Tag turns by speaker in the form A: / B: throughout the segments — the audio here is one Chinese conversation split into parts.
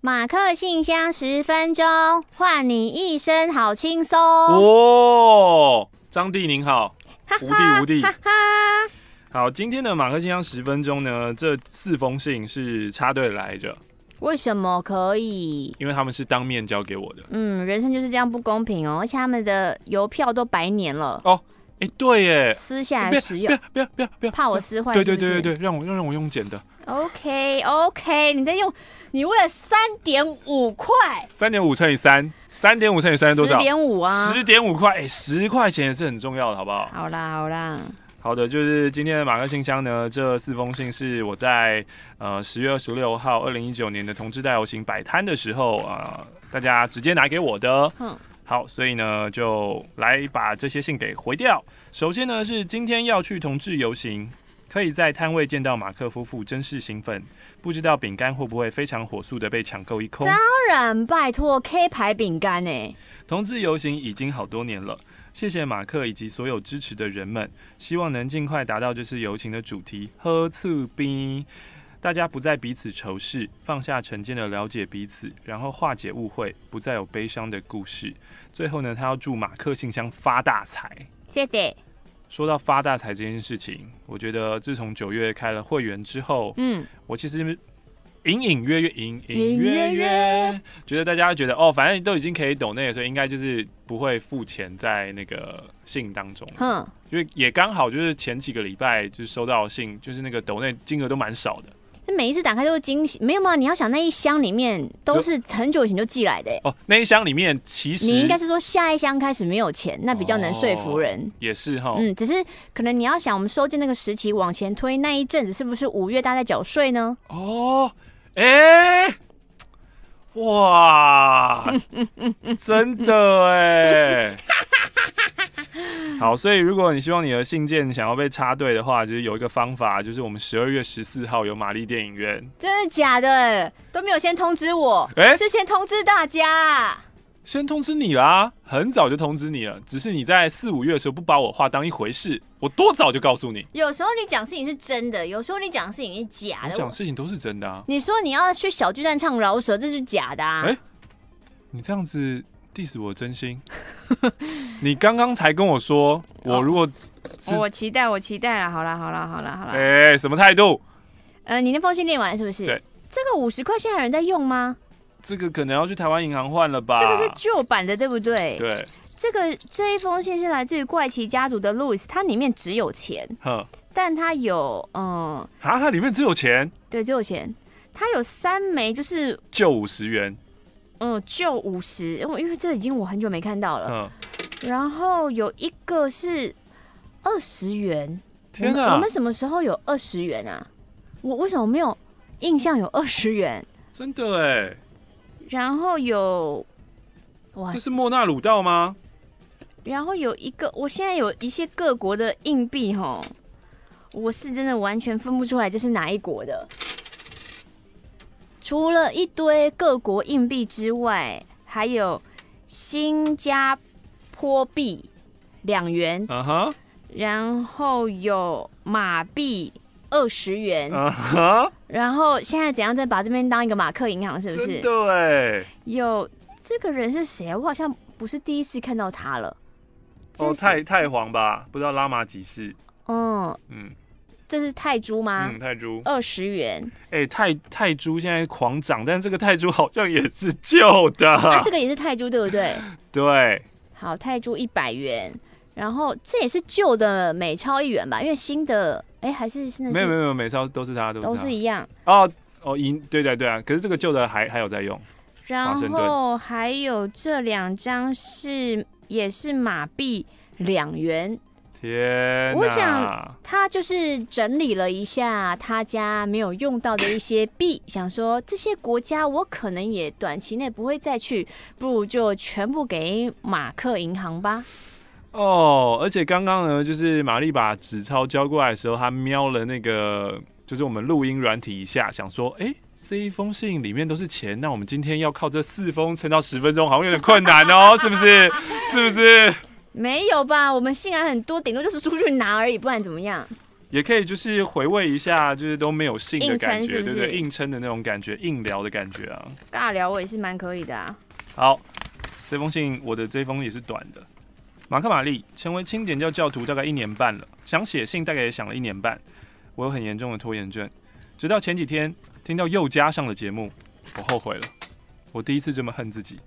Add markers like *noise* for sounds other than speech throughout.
A: 马克信箱十分钟，换你一生好轻松。
B: 哦，张帝您好，
A: 哈哈
B: 无敌无敌
A: 哈哈，
B: 好，今天的马克信箱十分钟呢，这四封信是插队来着，
A: 为什么可以？
B: 因为他们是当面交给我的。
A: 嗯，人生就是这样不公平哦，而且他们的邮票都百年了，
B: 哎、对耶，
A: 撕下来
B: 不要
A: 使
B: 不
A: 用
B: *laughs* 要，不要不要不要，
A: 怕我撕坏
B: 对
A: 是
B: 对
A: 不是。
B: 对对对，让我让让我用剪的，
A: OK OK，你在用，你为了三点五块，
B: 三点五乘以三，三点五乘以三是多
A: 十
B: 少？
A: 点五啊。
B: 十点五块，哎、十块钱也是很重要的，好不好？
A: 好啦好啦，
B: 好的，就是今天的马克信箱呢，这四封信是我在呃十月二十六号，二零一九年的同志大游行摆摊的时候啊、呃，大家直接拿给我的。
A: 嗯
B: 好，所以呢就来把这些信给回掉。首先呢是今天要去同志游行。可以在摊位见到马克夫妇，真是兴奋。不知道饼干会不会非常火速的被抢购一空？
A: 当然拜托 K 牌饼干哎，
B: 同志游行已经好多年了，谢谢马克以及所有支持的人们，希望能尽快达到这次游行的主题——喝醋冰。大家不再彼此仇视，放下成见的了解彼此，然后化解误会，不再有悲伤的故事。最后呢，他要祝马克信箱发大财。
A: 谢谢。
B: 说到发大财这件事情，我觉得自从九月开了会员之后，
A: 嗯，
B: 我其实隐隐约约、隐
A: 隐
B: 隐
A: 约
B: 约
A: 约
B: 约，觉得大家觉得哦，反正都已经可以抖内了，所以应该就是不会付钱在那个信当中，
A: 哼，
B: 因为也刚好就是前几个礼拜就是收到信，就是那个抖内金额都蛮少的
A: 那每一次打开都是惊喜，没有吗？你要想那一箱里面都
B: 就是
A: 很久以前就寄来的欸，
B: 哦。那一箱里面其实
A: 你应该是说下一箱开始没有钱，那比较能说服人。
B: 也是哈，
A: 嗯，只是可能你要想，我们收件那个时期往前推那一阵子，是不是五月大家在缴税呢？
B: 哦，哎、哇，真的哎、好，所以如果你希望你的信件想要被插队的话，就是有一个方法，就是我们十二月十四号有玛丽电影院。
A: *laughs* 真的假的？都没有先通知
B: *laughs*
A: 我，
B: 哎、
A: 是先通知大家啊。
B: 先通知你啦，很早就通知你了，只是你在四五月的时候不把我话当一回事，我多早就告诉你，
A: 有时候你讲事情是真的，有时候你讲事情是假
B: 我
A: 的
B: 讲。事情都是真的啊。
A: 你说你要去小巨蛋唱饶舌，这是假的啊！
B: 哎你这样子 diss 我真心，你刚刚才跟我说，我如果是
A: 哦我期待，我期待了。好啦，好啦，好啦，好啦。
B: 哎、什么态度？
A: 呃，你那封信念完了是不是？
B: 对。
A: 这个五十块现在有人在用吗？
B: 这个可能要去台湾银行换了吧？
A: 这个是旧版的，对不对？
B: 啊对，
A: 这个这一封信是来自于怪奇家族的 Louis，他里面只有钱，
B: 哼，
A: 但他有嗯，
B: 啊，它里面只有钱，
A: 对，只有钱。他有三枚，就是
B: 就五十元，
A: 嗯，旧五十，因为因为这已经呃我很久没看到了。
B: 嗯，
A: 然后有一个是二十元，
B: 天
A: 我们！我
B: 哪
A: 们，什么时候有二十元啊？我为什么没有印象有二十元？
B: 真的哎，
A: 然后有哇
B: 这，是莫纳鲁道吗？
A: 然后有一个，我现在有一些各国的硬币吼，我是真的完全分不出来这是哪一国的。除了一堆各国硬币之外，还有新加坡币两元，
B: 啊哈，
A: 然后有马币二十元，
B: 啊哈，
A: 然后现在怎样再把这边当一个马克银行是不
B: 真
A: 是？
B: 的哎，
A: 有这个人是谁？我好像不是第一次看到他了。
B: 哦，
A: 这是
B: 太太皇吧，不知道拉玛几世，
A: 嗯，
B: 嗯
A: 这是泰铢吗？
B: 嗯，泰铢，
A: 二十、元，
B: 哎，泰泰铢现在狂涨，但这个泰铢好像也是旧
A: 啊，
B: 的
A: 这，个也是泰铢对不对？
B: 对，
A: 好，泰铢一百元，然后这也是旧的美钞一元吧？因为新的，哎、还是现
B: 没
A: 在
B: 有没
A: 是
B: 有没有，每次都是它，
A: 都
B: 都
A: 是
B: 是
A: 一样。
B: 它，哦哦，银，对对对啊，可是这个旧的还还有在用，
A: 然
B: 华盛
A: 后
B: 顿
A: 还有这两张是也是马币两元，
B: 天哪，
A: 我想他就是整理了一下他家没有用到的一些币，想说这些国家我可能也短期内不会再去，不如就全部给马克银行吧。
B: 哦，而且刚刚呢，就是玛丽把纸钞交过来的时候，她瞄了那个，就是我们录音软体一下，想说，哎、这一封信里面都是钱，那我们今天要靠这四封撑到十分钟，好像有点困难
A: *laughs*
B: 哦，是不是？是不是？
A: 没有吧？我们信还很多，顶多就是出去拿而已，不然怎么样？
B: 也可以就是回味一下，就是都没有性的感
A: 硬撑是不
B: 觉，对
A: 是
B: 不对？硬撑的那种感觉，硬聊的感觉啊。
A: 尬聊我也是蛮可以的啊。
B: 好，这封信我的这封也是短的。马克玛丽成为清点教教徒大概一年半了，想写信大概也想了一年半。我有很严重的拖延症，直到前几天听到又加上的节目，我后悔了。我第一次这么恨自己，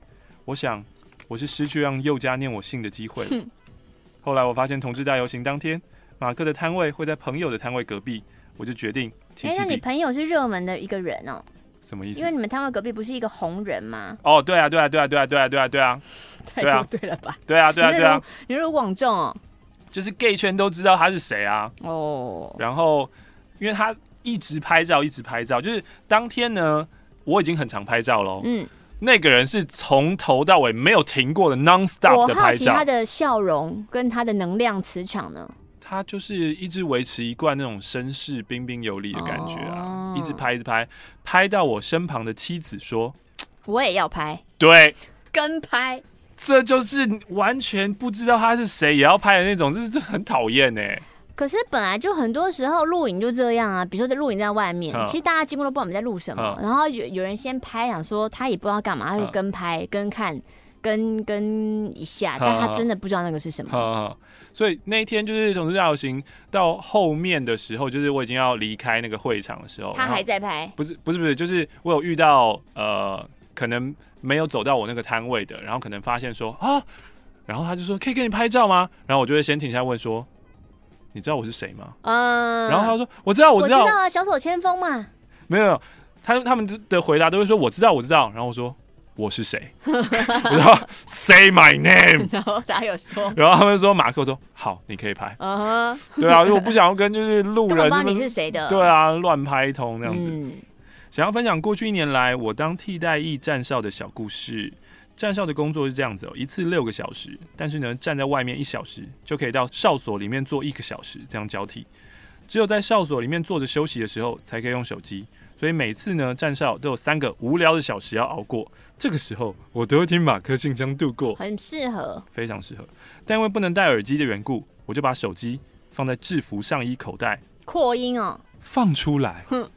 B: 我想我是失去让佑嘉念我信的机会了
A: 哼。
B: 后来我发现同志大游行当天，马克的摊位会在朋友的摊位隔壁，我就决定提
A: 哎，
B: 起
A: 那你
B: 笔。
A: 朋友是热门的一个人哦，
B: 什么意思
A: 因为？你们摊位隔壁不是一个红人吗？
B: 哦，对啊，对啊，对啊，对啊，对啊，对啊，对啊，
A: 太
B: 对啊
A: 不对了吧？
B: 对啊，对啊，对啊，
A: 你如果广众哦，
B: 就是 gay 圈都知道他是谁啊。
A: 哦，
B: 然后因为他一直拍照，一直拍照，就是当天呢，我已经很常拍照喽。
A: 嗯，
B: 那个人是从头到尾没有停过的 non stop
A: 我
B: 的
A: 好
B: 拍
A: 奇
B: 照
A: 他，的笑容跟他的能量磁场呢。
B: 他就是一直维持一贯那种绅士彬彬有礼的感觉啊，
A: 哦
B: 一直拍，一直拍，拍到我身旁的妻子说：“
A: 我也要拍，
B: 对，
A: 跟拍，
B: 这就是完全不知道他是谁也要拍的那种，这是这很讨厌欸呢。”
A: 可是本来就很多时候录影就这样啊，比如说在录影在外面，
B: 嗯
A: 其实大家几乎都不知道我们在录什么，
B: 嗯
A: 然后有有人先拍，想说他也不知道干嘛，他就
B: 嗯
A: 跟拍、跟看、跟跟一下，但他真的不知道那个是
B: *laughs*
A: 什么。
B: 哈，所以那一天就是同志大游行到后面的时候，就是我已经要离开那个会场的时候，
A: 他还
B: 然后
A: 在拍，
B: 不是不是不是，就是我有遇到呃，可能没有走到我那个摊位的，然后可能发现说啊，然后他就说可以给你拍照吗？然后我就会先停下来问说，你知道我是谁吗？
A: 嗯，
B: 然后他说我知道我
A: 我
B: 知道，
A: 啊，小手千锋嘛，
B: 没有没有，他他们的回答都会说我知道我知道，然后我说我是谁，然后 say my
A: *laughs*
B: name，
A: 然后他有说，
B: 然后他们说马克，我说好，你可以拍。
A: 嗯哼， *laughs*
B: 对啊，因为我不想要跟就是路
A: 根本不知
B: 人
A: 道
B: 那
A: 你
B: 么
A: 是谁的，
B: 对啊乱拍一通那样子。
A: 嗯
B: 想要分享过去一年来我当替代役站哨的小故事。站哨的工作是这样子哦，一次六个小时，但是呢，站在外面一小时就可以到哨所里面坐一个小时，这样交替。只有在哨所里面坐着休息的时候，才可以用手机。所以每次呢，站哨都有三个无聊的小时要熬过。这个时候，我都会听马克信箱度过。
A: 很适合，
B: 非常适合。但因为不能戴耳机的缘故，我就把手机放在制服上衣口袋
A: 扩音哦，
B: 放出来
A: 哼。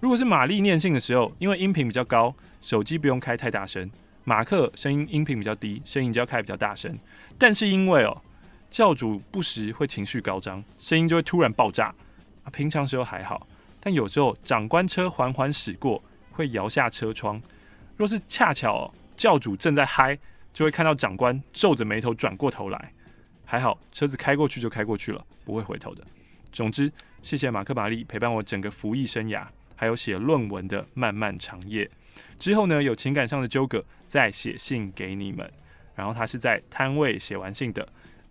B: 如果是玛丽念信的时候，因为音频比较高，手机不用开太大声；马克声音音频比较低，声音就要开比较大声。但是因为哦，教主不时会情绪高涨，声音就会突然爆炸。啊，平常时候还好，但有时候长官车缓缓驶过，会摇下车窗。若是恰巧、哦、教主正在嗨，就会看到长官皱着眉头转过头来。还好车子开过去就开过去了，不会回头的。总之，谢谢马克玛丽陪伴我整个服役生涯，还有写论文的漫漫长夜。之后呢，有情感上的纠葛，再写信给你们。然后他是在摊位写完信的。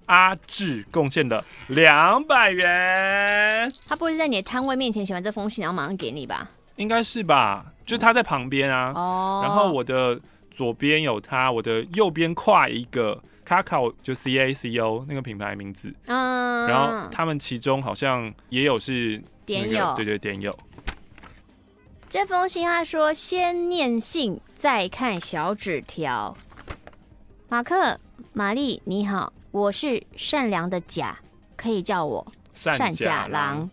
B: 阿志贡献了两百元，
A: 他不会是在你的摊位面前写完这封信，然后马上给你吧？
B: 应该是吧？就他在旁边啊。
A: 哦，
B: 然后我的左边有他，我的右边跨一个 Kakao，就 C A C O 那个品牌名字。
A: 嗯，
B: 然后他们其中好像也有是、那
A: 点
B: 个、
A: 友
B: 对对点友。
A: 这封信，他说先念信，再看小纸条。马克、玛丽，你好，我是善良的甲，可以叫我
B: 善
A: 假
B: 假
A: 郎。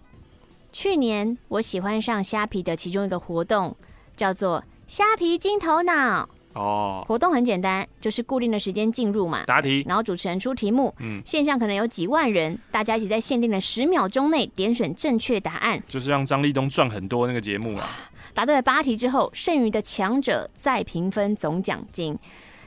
A: 去年我喜欢上虾皮的其中一个活动，叫做虾皮金头脑。
B: 哦，
A: 活动很简单，就是固定的时间进入嘛，
B: 答题，
A: 然后主持人出题目，
B: 嗯，
A: 线上可能有几万人，大家一起在限定的十秒钟内点选正确答案。
B: 就是让张立东赚很多那个节目啊。
A: 答对了八题之后，剩余的强者再平分总奖金。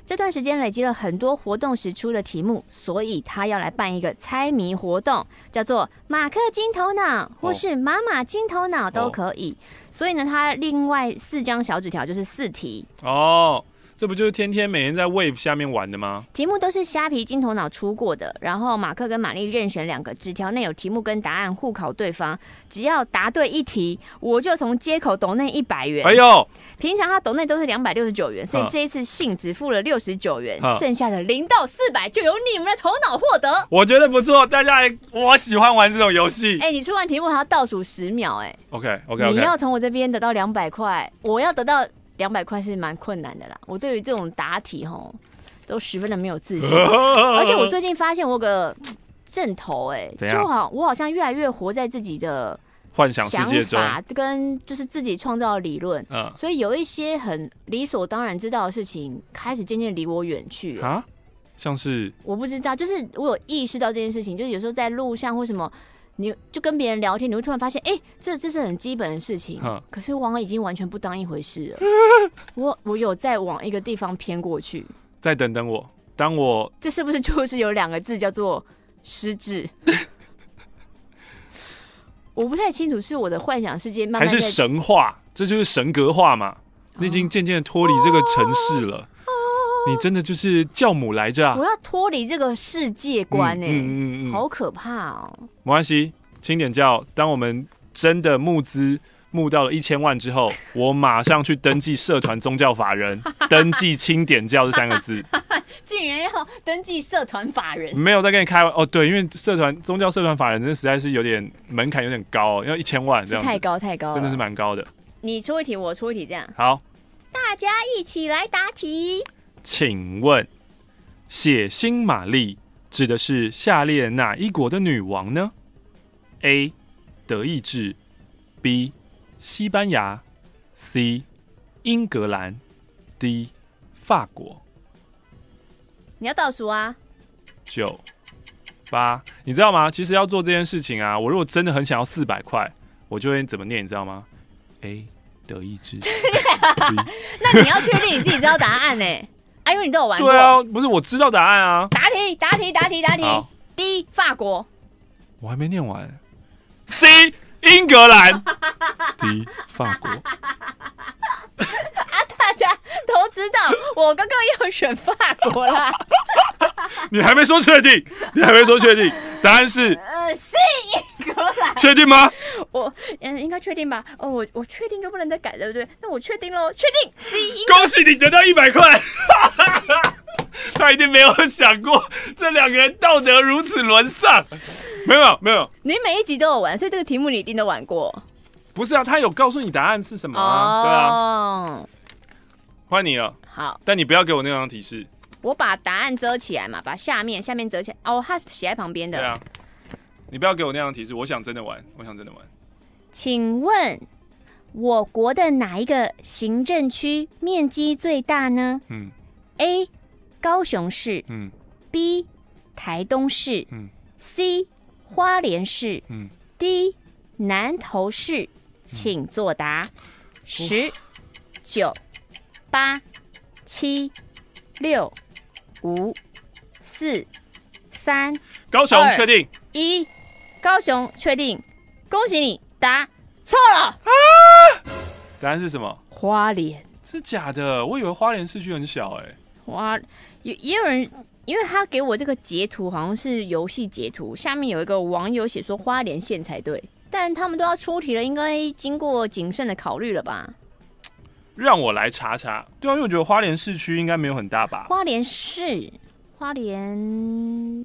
A: 这段时间累积了很多活动时出的题目，所以他要来办一个猜谜活动，叫做“马克金头脑”或是“妈妈金头脑”都可以。所以呢，他另外四张小纸条就是四题，
B: 哦，这不就是天天每天在 Wave 下面玩的吗？
A: 题目都是虾皮金头脑出过的，然后马克跟玛丽任选两个，纸条内有题目跟答案，互考对方。只要答对一题，我就从街口抖内一百元。
B: 哎呦，
A: 平常他抖内都是两百六十九元，所以
B: 嗯
A: 这一次信只付了六十九元
B: 嗯，
A: 剩下的零到四百就由你们的头脑获得。
B: 我觉得不错，大家来，我喜欢玩这种游戏。
A: 哎、你出完题目还要倒数十秒、哎
B: OK OK OK，
A: 你要从我这边得到两百块，我要得到两百块是蛮困难的啦。我对于
B: *laughs*
A: 这种答题吼，都十分的没有自信。而且我最近发现我有个正头哎、
B: 怎样
A: 就好我好像越来越活在自己的
B: 幻想世
A: 想
B: 界中，
A: 法跟就是自己创造的理论，
B: 嗯
A: 所以有一些很理所当然知道的事情，开始渐渐离我远去、
B: 啊，像是
A: 我不知道，就是我有意识到这件事情，就是有时候在路上或什么，你就跟别人聊天，你会突然发现，哎、这这是很基本的事情
B: 嗯，
A: 可是往往已经完全不当一回事了。我我有在往一个地方偏过去，
B: 再等等我，当我
A: 这是不是就是有两个字叫做失智？ *laughs* 我不太清楚，是我的幻想世界慢
B: 还
A: 慢在
B: 是神话，这就是神格化
A: 哦
B: 嘛。你已经渐渐脱离这个城市了，你真的就是教母来着、啊
A: 我。要脱离这个世界观
B: 嗯
A: 哎、
B: 嗯嗯嗯，
A: 好可怕哦！
B: 没关系，清点教。当我们真的募资募到了一千万
A: *laughs*
B: 之后，我马上去登记社团宗教法人，登记清点教这三个字，
A: 竟然要登记社团法人，
B: 没有在跟你开玩哦。对，因为社团宗教社团法人真的实在是有点门槛有点高、哦，要一千万这
A: 是
B: 样
A: 太
B: 子，
A: 高太高了，
B: 真的是蛮高的。
A: 你出一题，我出一题，这样
B: 好，
A: 大家一起来答题。
B: 请问，血腥玛丽指的是下列哪一国的女王呢？A. 德意志，B. 西班牙，C. 英格兰，D. 法国。
A: 你要倒数啊！
B: 九八，你知道吗？其实要做这件事情啊，我如果真的很想要四百块，我就会怎么念，你知道吗？A. 德意志，B
A: *laughs* 那你要确定你自己知道答案呢、 *laughs* 啊，因为你都有玩过。
B: 对啊，不是我知道答案啊。
A: 答题，答题，答题，答题。
B: 好，
A: 第一，法国。 *laughs*
B: 我还没念完。C 英格 *laughs* 兰，D 法国。
A: 大家都知道，我刚刚要选法国啦。
B: 你还没说确定，你还没说确定，答案是
A: *laughs* 呃，C 英格兰。
B: 确定吗？
A: 我嗯，应该确定吧？哦，我我确定就不能再改，对不对？那我确定喽，确定 C 英。
B: 恭喜你得到一百块。 *laughs* 他一定没有想过这两个人道德如此沦丧。没有没有，
A: *laughs* 你每一集都有玩，所以这个题目你一定都玩过。
B: 不是啊，他有告诉你答案是什么啊？对啊，
A: 哦，
B: 换你了，
A: 好。
B: 但你不要给我那张提示。
A: 我把答案遮起来嘛，把下面下面遮起来。哦，他写在旁边
B: 对
A: 的。
B: 啊，你不要给我那张提示，我想真的玩，我想真的玩。
A: 请问我国的哪一个行政区面积最大呢
B: 嗯
A: ？A. 高雄市
B: 嗯
A: B. 台东市、
B: 嗯
A: C. 花莲市
B: 嗯，
A: D. 南投市。请作答。十、九、八、七、六、五、四、三。
B: 高雄
A: 二
B: 确定。
A: 一，高雄确定，恭喜你答错了。
B: 答案是什么？
A: 花莲，
B: 是假的，我以为花莲市区很小哎、
A: 哇，也也有人，因为他给我这个截图好像是游戏截图，下面有一个网友写说花莲县才对，但他们都要出题了，应该经过谨慎的考虑了吧？
B: 让我来查查。对啊，因为我觉得花莲市区应该没有很大吧。
A: 花莲市，花莲，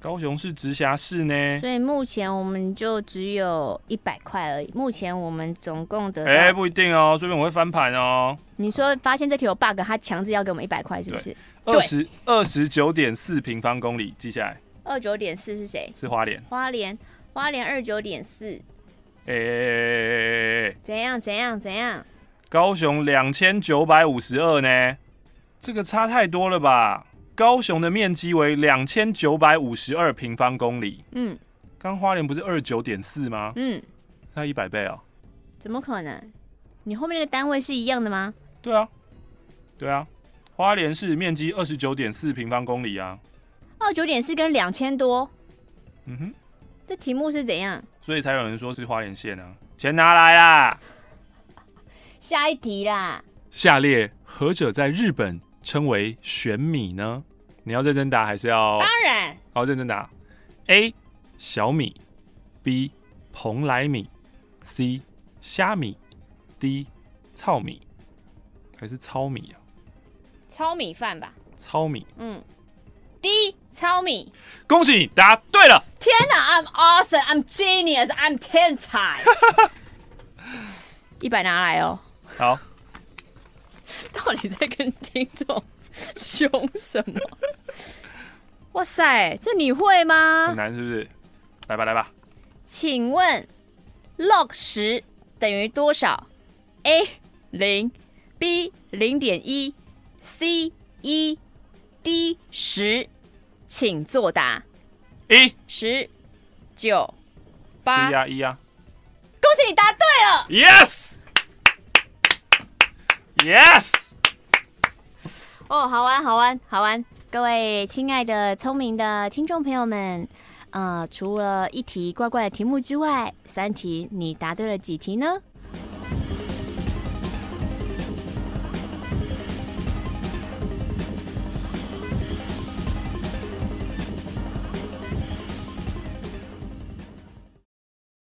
B: 高雄是直辖市呢。
A: 所以目前我们就只有一百块而已。目前我们总共得到，
B: 哎、不一定哦，说不定我会翻盘哦。
A: 你说发现这题有 bug，他强制要给我们一百块，是不是？对
B: 二十二十九点四平方公里，记下来
A: 二九点四是谁？
B: 是花莲。
A: 花莲，花莲二九点四，
B: 哎、哎哎哎哎
A: 怎样怎样怎样？
B: 高雄两千九百五十二呢，这个差太多了吧？高雄的面积为两千九百五十二平方公里，
A: 嗯
B: 刚花莲不是二九点四吗？
A: 嗯，
B: 那一百倍哦。
A: 怎么可能？你后面那个单位是一样的吗？
B: 对啊，对啊，花莲市面积二十九点四平方公里啊。
A: 二九点四跟两千多，
B: 嗯哼。
A: 这题目是怎样？
B: 所以才有人说是花莲县啊。钱拿来啦！
A: 下一题啦。
B: 下列何者在日本称为玄米呢？你要认真答还是要
A: 当然，
B: 好认真答？A. 小米 B. 蓬莱米 C. 虾米 D. 糙米还是糙米啊？
A: 糙米饭吧。
B: 糙米，
A: 嗯，D 糙米。
B: 恭喜你答对了。
A: 天哪，I'm awesome, I'm genius, I'm 天才。 *laughs* 一百拿来哦！
B: 好， *laughs*
A: 到底在跟听众凶什么？哇塞，这你会
B: 很
A: 吗？
B: 难是不是？来吧来吧，
A: 请问 log 十等于多少？A 零，B 零点一，C 一，D 十，请作答。
B: 一，是
A: 十九八，
B: 呀一啊呀
A: 恭喜你答对了。
B: E ，yes yes，
A: 哦，好玩，好玩，好玩！各位亲爱的、聪明的听众朋友们，呃，除了一题怪怪的题目之外，三题你答对了几题呢？